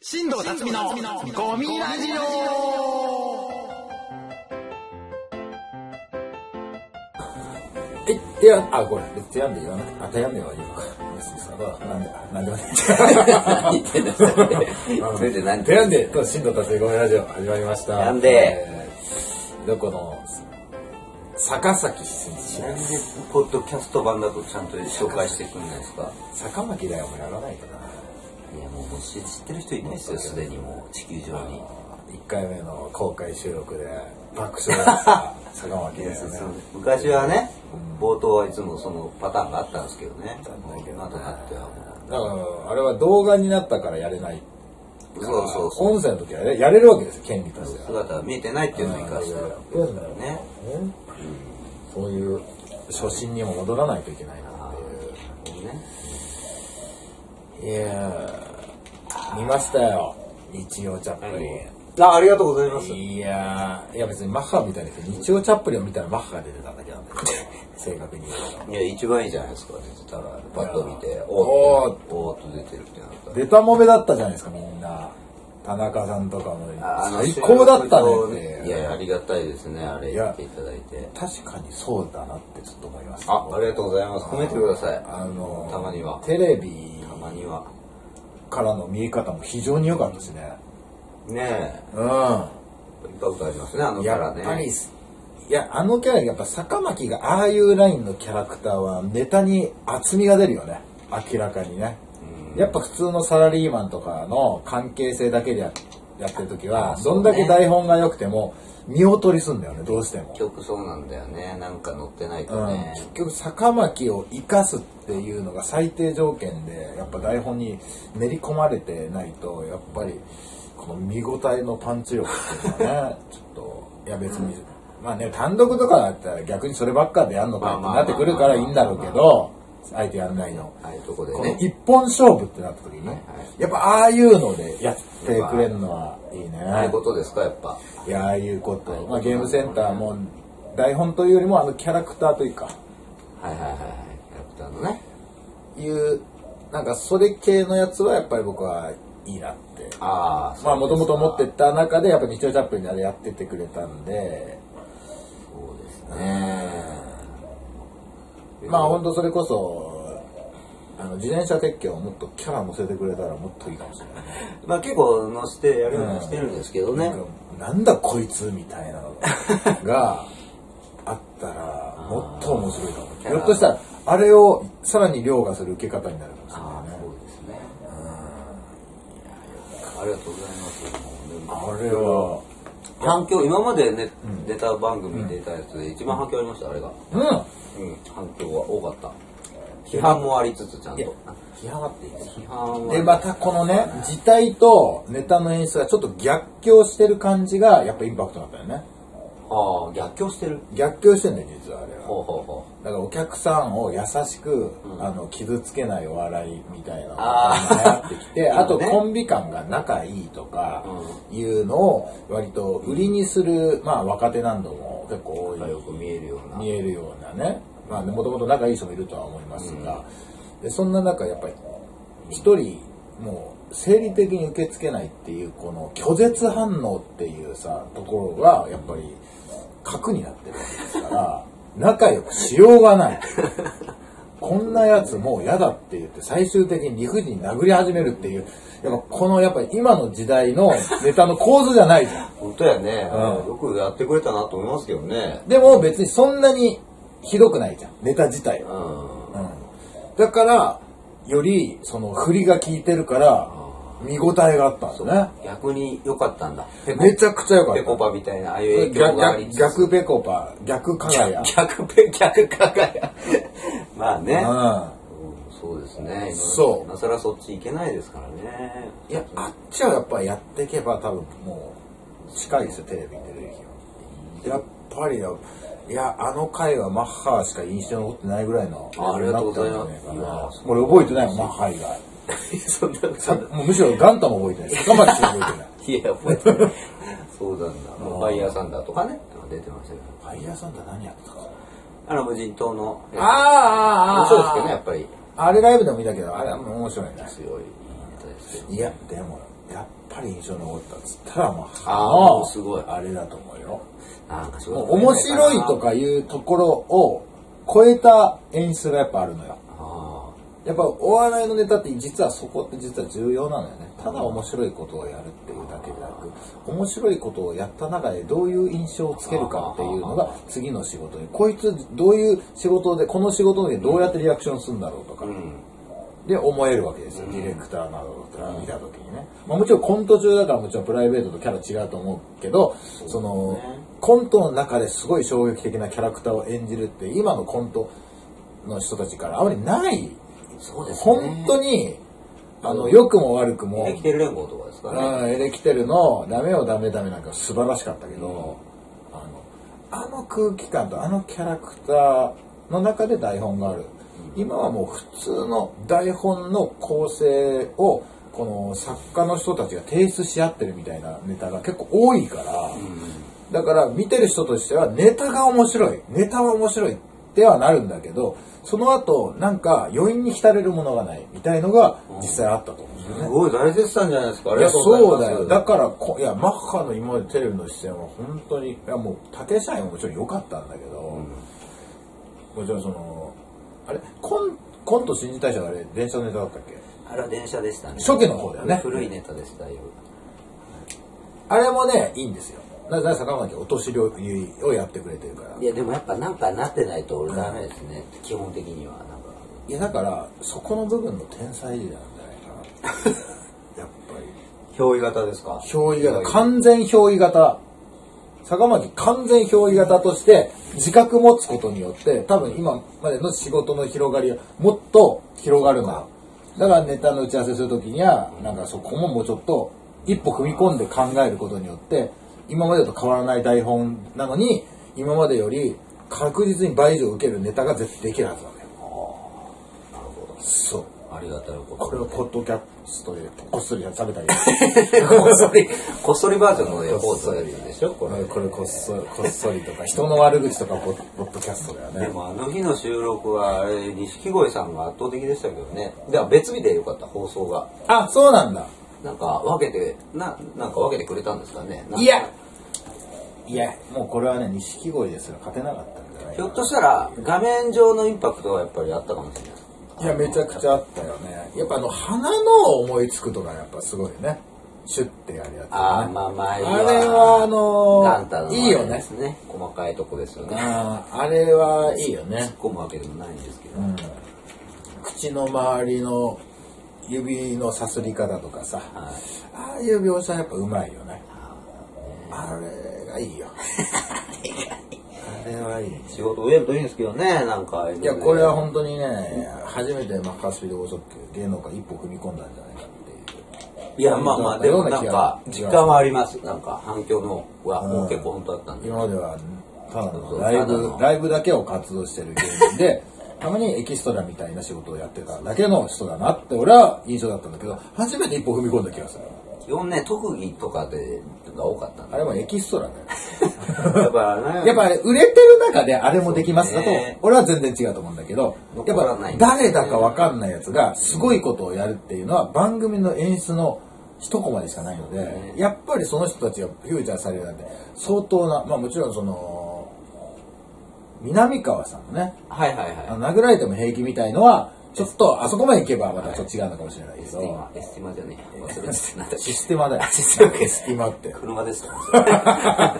新藤辰巳のゴミラジオえ、手や、あ、これ、手やんで言わなくて、あ、手やんでは言うか。別にさ、まあ、なんで、なんでも ない。言ってんだそれ。それで何手やんで、と、新藤達成ごめんラジオ始まりました。なんでえー、どこの、坂崎慎一なんでポッドキャスト版だとちゃんと紹介してくんないですか坂巻だよ、もうやらないかな。いやもう知ってる人いないですよすでにもう地球上に1回目の公開収録で、爆笑だ った坂巻ですね。昔はね冒頭はいつもそのパターンがあったんですけどね今となってはもだから、あれは動画になったからやれない。うそうそうそう音声の時はやれやれるわけですよ、権利としては。姿は見えてないっていうのを生かしてるわけですからねそういう初心にも戻らないといけないなっていう。いやー、見ましたよ。日曜チャップリあありがとうございまン。いやー、いや別にマッハみたいですけど、日曜チャップリンを見たらマッハが出てただけなんだけど、正確に言ういや一番いいじゃないですか出てたらパッと見ておおーっとおーっと出てるってなったと。ベタもめだったじゃないですか、みんな。田中さんとかもあの最高だったねっていやいやありがたいですねあれい言やっていただいて確かにそうだなってちょっと思います。あありがとうございます褒めてくださいあのーたまにはテレビたまにはからの見え方も非常に良かったしね。ねうん。え歌歌ありますねあのキャやラっねぱりす、いや、あのキャラ、やっぱ坂巻がああいうラインのキャラクターはネタに厚みが出るよね。明らかにね。やっぱ普通のサラリーマンとかの関係性だけでややってる時は、そどうんねだけ台本が良くても、見劣りすんだよね、どうしても結。局そうなんだよねなんか乗ってないとうんね、結局坂巻を生かすっていうのが最低条件でやっぱ台本に練り込まれてないとやっぱりこの見応えのパンチ力っていうのは ねちょっといや別にまあね単独とかだったら逆にそればっかでやんのかってなってくるからいいんだろうけど相手やんないの。ああいうとこでこのね一本勝負ってなった時にねはいはいやっぱああいうのでやってくれるのはいいね。ああいうことですかやっぱいやああいうこと、まあ、ゲームセンターも台本というよりもあのキャラクターというかはいはいはいはいキャラクターのねいうなんかそれ系のやつはやっぱり僕はいいなってああまあもともと思ってた中でやっぱ日曜チャップリンであれやっててくれたんでそうですねまあ本当それこそあの自転車撤去をもっとキャラ乗せてくれたらもっといいかもしれないまあ結構乗せてやるようにはしてるんですけどね、なんかなんだこいつみたいなのがあったらもっと面白いかもひょっとしたらあれをさらに凌駕する受け方になるかもしれああないねそうですねありがとうございますあれは反響今までね、出た番組に出たやつで一番反響ありましたあれがうんうん反響は多かった批判もありつつちゃんいやと批判あっていいです批判はでまたこのね字体とネタの演出がちょっと逆境してる感じがやっぱインパクトだったよねああ逆境してる逆境してんだよ実はあれはほうほうほだからお客さんを優しく、あの傷つけないお笑いみたいなのがあー流行ってきてあとねコンビ感が仲いいと かいうのを割と売りにする、まあ若手なんども結構多う仲い良く見えるような見えるようなねまあもともと仲いい人もいるとは思いますが、でそんな中やっぱり一人もう生理的に受け付けないっていうこの拒絶反応っていうさところがやっぱり核になってるわけですから仲良くしようがないこんなやつもう嫌だって言って最終的に理不尽に殴り始めるっていうやっぱこのやっぱり今の時代のネタの構図じゃないじゃん本当やね、うんよくやってくれたなと思いますけどねでも別にそんなにひどくないじゃんネタ自体はう。んうんだからよりその振りが効いてるから見応えがあったんですね逆に良かったんだめちゃくちゃ良かペっコたパみたいなああいう影響逆があり逆つつ逆ペコパ逆加賀屋逆ペ逆かがやまあね、ううんそうですね今そう今更そっち行けないですからねんいやあっちはやっぱやっていけば多分もう近いですよテレビに出る域はやっぱりよいやあの回はマッハしか印象に残ってないぐらいのあありがとうございますあれだったんじゃないかいやな俺覚えてないもんマッハ以外そんなことないもうむしろガンタも覚えてない坂巻しか覚えてないいや覚えてない そうなんだもうバイヤーさんだとかね出てましたけど ファイヤーさんって何やってたかあの無人島のああああああ面白いですけどねやっぱりあれライブでも見たけど、あれは面白いね。強いったですけどいやでもやっぱり印象に残ったっつったらまああーもうすごいあれだと思うよなんかすもごう面白いとかいうところを超えた演出がやっぱあるのよあやっぱお笑いのネタって実はそこって実は重要なのよねただ面白いことをやるっていうだけでなく面白いことをやった中でどういう印象をつけるかっていうのが次の仕事にこいつどういう仕事でこの仕事でどうやってリアクションするんだろうとかあうんで思えるわけですよ、ディレクターなどが見た時にね、まあ、もちろんコント中だからもちろんプライベートとキャラ違うと思うけどそ,、のコントの中ですごい衝撃的なキャラクターを演じるって今のコントの人たちからあまりないそうですね本当にあの良くも悪くもエレキテル連合とかですかねうんエレキテルの「ダメよダメダメ」なんか素晴らしかったけど、あのあの空気感とあのキャラクターの中で台本がある、今はもう普通の台本の構成をこの作家の人たちが提出し合ってるみたいなネタが結構多いから、だから見てる人としてはネタが面白いネタは面白いではなるんだけどその後なんか余韻に浸れるものがないみたいのが実際あったと思うんですよねす。ごい大絶賛じゃないですかあいりやがとうございそうますだよだからこいやマッハの今までテレビの出演は本当にいやもう竹社員ももちろん良かったんだけど、もちろんそのあれコンコント新人大賞あれ電車のネタだったっけあれは電車でしたね初期の方だよね古いネタですだいぶあれもねいいんですよなぜなら坂巻お年寄りをやってくれてるからいやでもやっぱなんかなってないと俺ダメですね、基本的にはなんかいやだからそこの部分の天才児なんじゃないかなやっぱり憑依型ですか憑依型完全憑依型坂巻完全憑依型として自覚持つことによって多分今までの仕事の広がりはもっと広がるのよだからネタの打ち合わせする時にはなんかそこももうちょっと一歩踏み込んで考えることによって今までと変わらない台本なのに今までより確実に倍以上受けるネタが絶対できるはずなのよなるほどそうありがたいことこれをポッドキャストでこっそり食べたり こっそりこっそりバージョンのレポートやつでしょここれれこれこっそこっそりとか人の悪口とかポッポッドキャストだよでねもあの日の収録はあれ錦鯉さんが圧倒的でしたけどねでは別日でよかった放送があそうなんだなんか分けてななんか分けてくれたんですかねなんかいやいやもうこれはね錦鯉ですら勝てなかったんじゃないひかょっとしたら画面上のインパクトはやっぱりあったかもしれないいやめちゃくちゃあったよねやっぱあの鼻の思いつくとかやっぱすごいよねシュッてやるやつ、ね、あーまあまあいいわあれはあのーガンタのいいよあれねですね細かいとこですよねあーあれはいいよ突ねっ込むわけでもないんですけど、口の周りの指のさすり方とかさ、はいああいう描写やっぱうまいよね。あれが いいよ。あれはいい。い仕事増えるといいんですけどねなんかいや、これは本当にね、初めてマッカースピード剛速球、芸能界一歩踏み込んだんじゃないかっていう。いやまあまあでもなようんかな気が実感はありますなんか反響のはもう結構本当だったんで、今まではただのそうライただブのライブだけを活動してる芸人でたまにエキストラみたいな仕事をやってただけの人だなって俺は印象だったんだけど初めて一歩踏み込んだ気がする基本ね特技とかでが多かったんあでれもエキストラだよ やっぱ ねやっぱあれ売れてる中であれもできますだとそうね俺は全然違うと思うんだけどやっ残らぱない誰だか分かんないやつがすごいことをやるっていうのは番組の演出の一コマでしかないのでやっぱりその人たちがフューチャーされるなんて相当なまあもちろんその南川さんのねはいはいあはの殴られても平気みたいのはちょっとあそこまで行けばまたちょっと違うのかもしれないいエけスティどマエスティマじゃねえ忘 れてたなんだシステマだよシステママって車ですか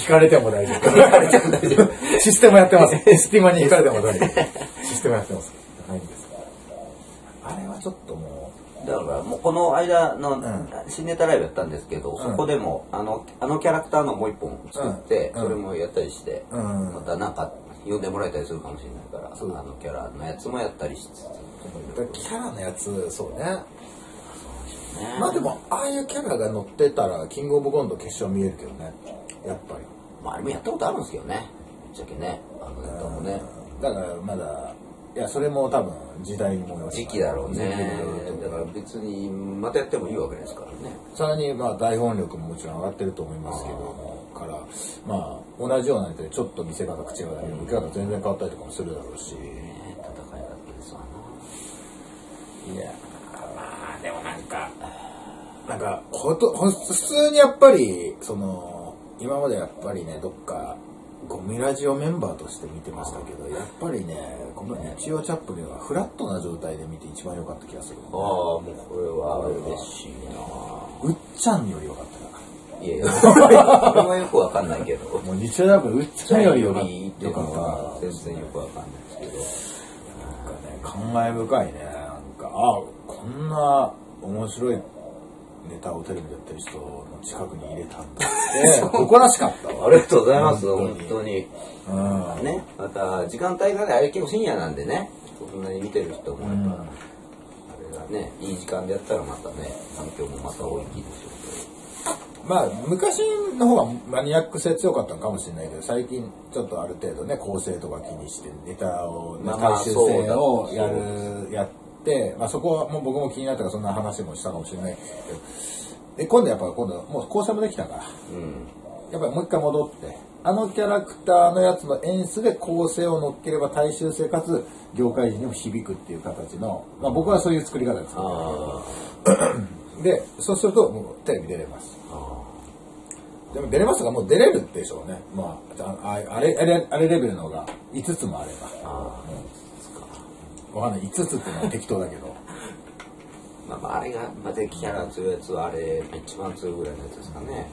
引かれても大丈夫。られても大丈夫システムやって ます。システムに引かれても大丈夫。システムやってます。ないんですか。あれはちょっともだからもうこの間のん新ネタライブやったんですけど、そこでもあのあのキャラクターのもう一本作って、うんそれもやったりして、うんまたなんか呼んでもらえたりするかもしれないから、そうあのキャラのやつもやったりしつつ、う、キャラのやつ、そうね。ねまあでも、ああいうキャラが乗ってたら、キングオブコント決勝見えるけどね。やっぱり。まああれもやったことあるんですけどねぶっちゃけねあのネタもねだからまだ、いや、それも多分時代にもよる時期だろうね時期にもよると思うだから別にまたやってもいいわけですからねさらにまあ台本力ももちろん上がってると思いますけどもからまあ同じようなネタでちょっと見せ方口がだけど受け方全然変わったりとかもするだろうしね戦いだったですわないやーでもなんなんかほとほ普通にやっぱりその今までやっぱりねどっかゴミラジオメンバーとして見てましたけどやっぱりねこの日曜チャップリンはフラットな状態で見て一番良かった気がするああ、もうこれは嬉しいなうっちゃんより良かったからいやいや、 俺もよくわかんないけど。もう日曜チャップリンうっちゃんより良かったいいっていうのは全然よくわかんないですなんかね感慨深いねなんかあこんな面白いネタをテレビでやってる人の近くに入れたんだ って誇らしかったけわど。ありがとうございます、本当に。うんね、また時間帯がね、あれ結構深夜なんでね、そんなに見てる人もやっぱ、あれがね、いい時間でやったらまたね、環境もまた大きいでしょうけど。まあ昔の方がマニアック性強かったのかもしれないけど最近ちょっとある程度ね構成とか気にしてネタをねまあまあ大衆性をそうだやるやってまあそこはもう僕も気になったからそんな話もしたかもしれないけどで今度やっぱ今度もう交渉もできたからうん。やっぱりもう一回戻ってあのキャラクターのやつの演出で構成を乗っければ大衆性かつ業界人にも響くっていう形の、まあ、僕はそういう作り方ですああ。 でそうするともうテレビ出れますあでも出れますがもう出れるでしょうねまああああれあれあれレベルのが5つもあればあ。わかんない5つっていうのは適当だけどまあまあ、あれが、まあ、で、キャラ強いやつはあれ、一番強いぐらいのやつですかね。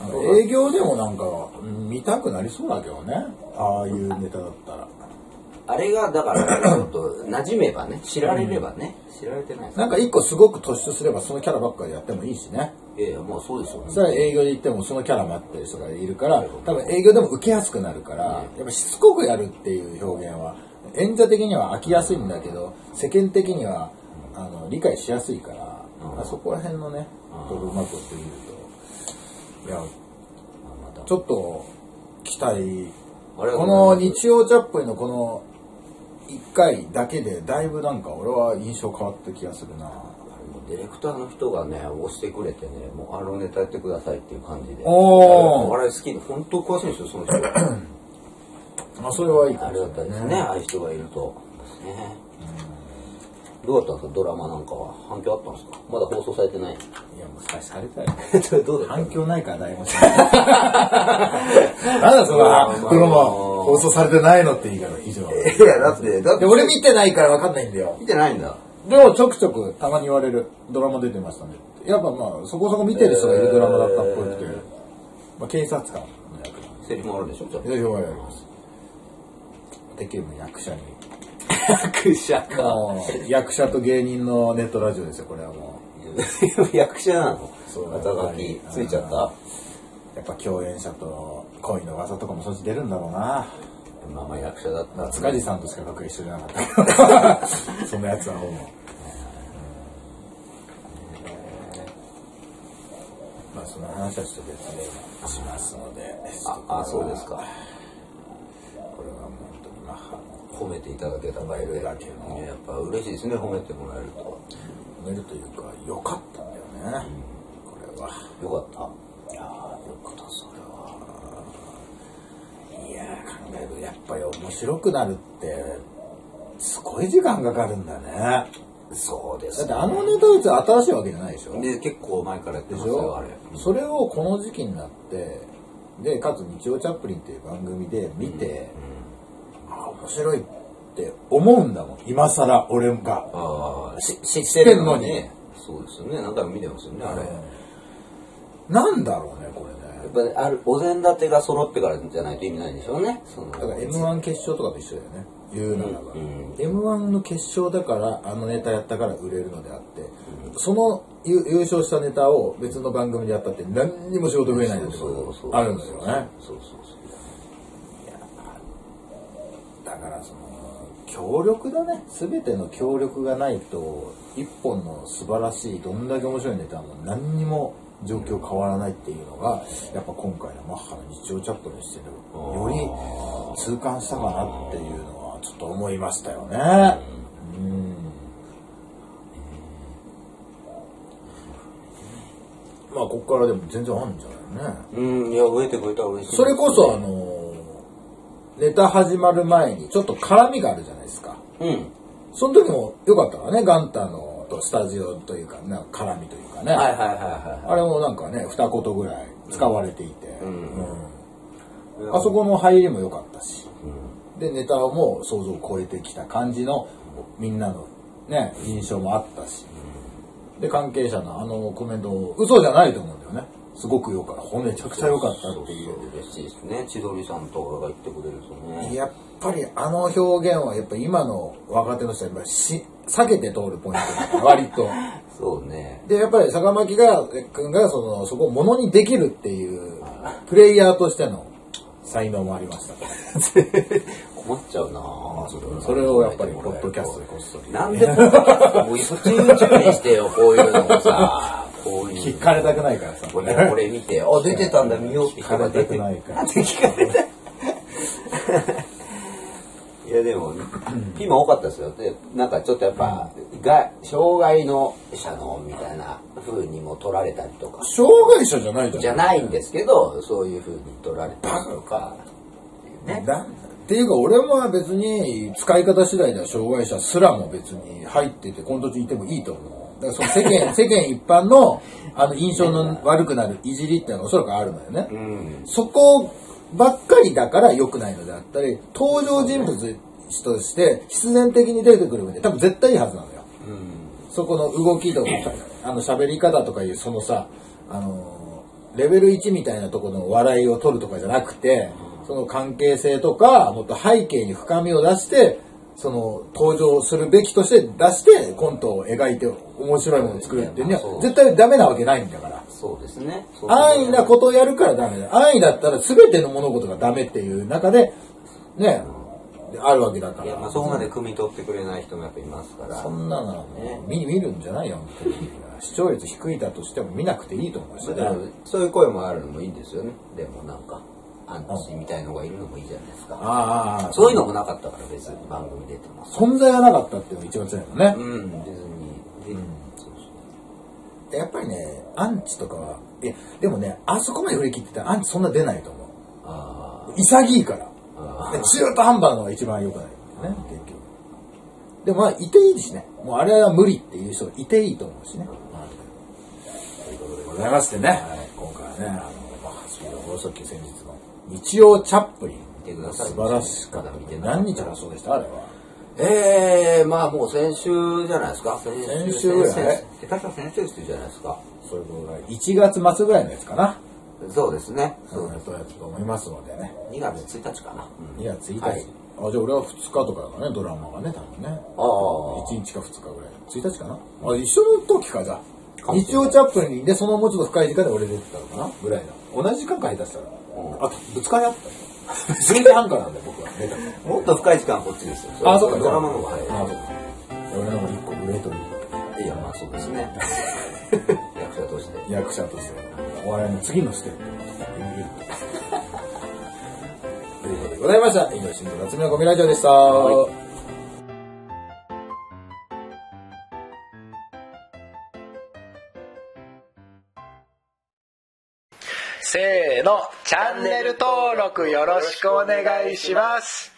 なんか営業でもなんかうん見たくなりそうだけどねああいうネタだったらあれが、だから、ちょっと、馴染めばね、知られればね、知られてないですなんか1個すごく突出すればそのキャラばっかりやってもいいしねいやいや、まあそうですよそれは営業で行ってもそのキャラ待ってる人がいるから多分営業でも受けやすくなるからやっぱしつこくやるっていう表現は演者的には飽きやすいんだけど世間的にはあの理解しやすいから、まあそこら辺のねうんとうまくっていうといやまあまたちょっと期待ありがとうこのございます日曜チャップリンのこの1回だけでだいぶなんか俺は印象変わった気がするなあれもディレクターの人がね、押してくれてね、もうあのネタやってくださいっていう感じで。おーお笑い好きで、本当詳しいんですよ、その人。ああそれはいいかもりしがれたいでなすいね、ああいう人がいると。ねどうだったんですか、ドラマなんかは。反響あったんですかまだ放送されてない。いやもうさされたよ どうだった反響ないから誰も。なんだその、ドラマ、放送されてないのっていいから、以上。いや、だって、だっで、俺見てないから分かんないんだよ。見てないんだ。でもちょくちょくたまに言われる、ドラマ出てましたねって。やっぱまあ、そこそこ見てる人がいるドラマだったっぽくてえー、まあ、警察官の役なんセリフもあるでしょ、ちょっで、で、弱いあります。できるの役者に。役者もう役者と芸人のネットラジオですよ、これはもう。 役者なのそう肩書きついちゃったやっぱ共演者と恋の技とかもそっち出るんだろうな。まあまあ役者だったまあ、塚地さんとしか学歴一緒じゃなかったけどそのやつはもう、まあその話はちょっと別でしますのでああそうですかこれはもう本当にマッハの褒めていただけた場合でだけどやっぱ嬉しいですね褒めてもらえると褒めるというか良かったんだよね、これはよかっいやーよかったそれはいやー考えるとやっぱり面白くなるってすごい時間かかるんだねたそうでだすってあのネタ別に新しいわけじゃないでしょで結構前からやってでましすよょあれそれをこの時期になってでかつ「日曜チャップリン」っていう番組で見て、ああ面白いって思うんだもん今更俺がああし知してるのにねそうですよね何回も見てますよねあれなんだろうねこれねやっぱあるお膳立てが揃ってからじゃないと意味ないんでしょうねそのだから m 1決勝とかと一緒だよね言うならば、うん m 1の決勝だからあのネタやったから売れるのであって、その優優勝したネタを別の番組でやったって何にも仕事増えないんですそうそうそうあるんですよねそうそうそうだからその協力だね全ての協力がないと一本の素晴らしいどんだけ面白いネタも何にも状況変わらないっていうのがやっぱ今回のマッハの日曜チャップにしてるより痛感したかなっていうのはちょっと思いましたよねうんまあここからでも全然あるんじゃないねうんいや増えてくれたら嬉しいですそねれこそあのネタ始まる前にちょっと絡みがあるじゃないですかうんその時もよかったわねガンターのとスタジオというかなんか絡みというかね、はいはいはいはあれもなんかね二言ぐらい使われていて、んうんあそこの入りも良かったし、でネタも想像を超えてきた感じのみんなのね印象もあったし、で関係者のあのコメント嘘じゃないと思うんだよねすごく良かっためちゃくちゃ良かったってい。いう嬉しいですね。千鳥さんと俺が言ってくれるとね。やっぱりあの表現はやっぱ今の若手の人はやっぱりし避けて通るポイントが割と。そうね。で、やっぱり坂巻が、え君がその、そこをものにできるっていう、プレイヤーとしての才能もありましたから。 困っちゃうなぁそれをやっぱり、ポッドキャストでこっそり。なんでポッドキャストもうそっち YouTube にしてよ、こういうのもさ。こういうの。聞かれたくないからさ。これこれ見 て、あ、出てたんだ、見ようって聞かれたくないいから。いや、でも、今多かったですよ。で、なんかちょっとやっぱ、が障害の者のみたいな風にも取られたりとか、障害者じゃないじゃん。じゃないんですけど、そういう風に取られたりとか、ね。なっていうか俺は別に使い方次第では障害者すらも別に入っててこの土地にいてもいいと思うだからその 世間世間一般のあの印象の悪くなるいじりっていうのはおそらくあるのよね、んそこばっかりだから良くないのであったり登場人物として必然的に出てくるので多分絶対いいはずなのよそこの動きとか、あの喋り方とかいう、そのさ、あのー、レベル1みたいなところの笑いを取るとかじゃなくて、その関係性とか、もっと背景に深みを出して、その登場するべきとして出して、コントを描いて面白いものを作るっていうにはそう、絶対ダメなわけないんだから。そうですね。そう安易なことをやるからダメだ。安易だったら全ての物事がダメっていう中で、ね、あるわけだかいや、まらあ、。そこまで汲み取ってくれない人もやっぱいますから。そんなのね見見るんじゃないよ、本当に視聴率低いだとしても見なくていいと思うしまあねでもそういう声もあるのもいいんですよね。でもなんか、アンチみたいのがいるのもいいじゃないですか。ああ、そういうのもなかったから別に番組出てます。存在がなかったっていうのが一番辛いもんねう、ん、別に。でそうやっぱりね、アンチとかは、いや、でもね、あそこまで振り切ってたらアンチそんな出ないと思う。そうあ潔いから。ーあで中途半端なのが一番良くないんだよね、結局。でもまあ、いていいしね。もうあれは無理っていう人いていいと思うしね。ー、ということでございございましてね、今回はね、あの、まあ、スピード放送局先日の日曜チャップリン見てください素晴らしかった。見てなかった何日もそうでした、あれは。ます。ええー、まあもう先週じゃないですか。先先週ぐらい先週下手したら先週ですじゃないですか。それこそ1月末ぐらいのやつかな。そうですね。そそううだです。とやつと思いますのでね。 2月1日かな。 2月1日。はいあ、じゃあ俺は2日とかだからね、ドラマがね、多分ね。ああ。 1日か2日ぐらい。1日かな。あ、一緒の時か、じゃあ。かもし日曜チャップリンで、そのもうちょっと深い時間で俺出てたのかなぐらいだ。同じ時間か下手したら。んあ、ぶつかり合った。10時半からなんだよ、僕は。出たのもっと深い時間はこっちですよ。あ、そっか。ドラマの方がなるほ早い。ど。俺の方が1個上といういや、まあそうです ね。役者として。役者として、お笑いの次のステップを踏み入れると。ということでございました。以上、新聞夏目のゴミラジオでした。はせーの、チャンネル登録よろしくお願いします。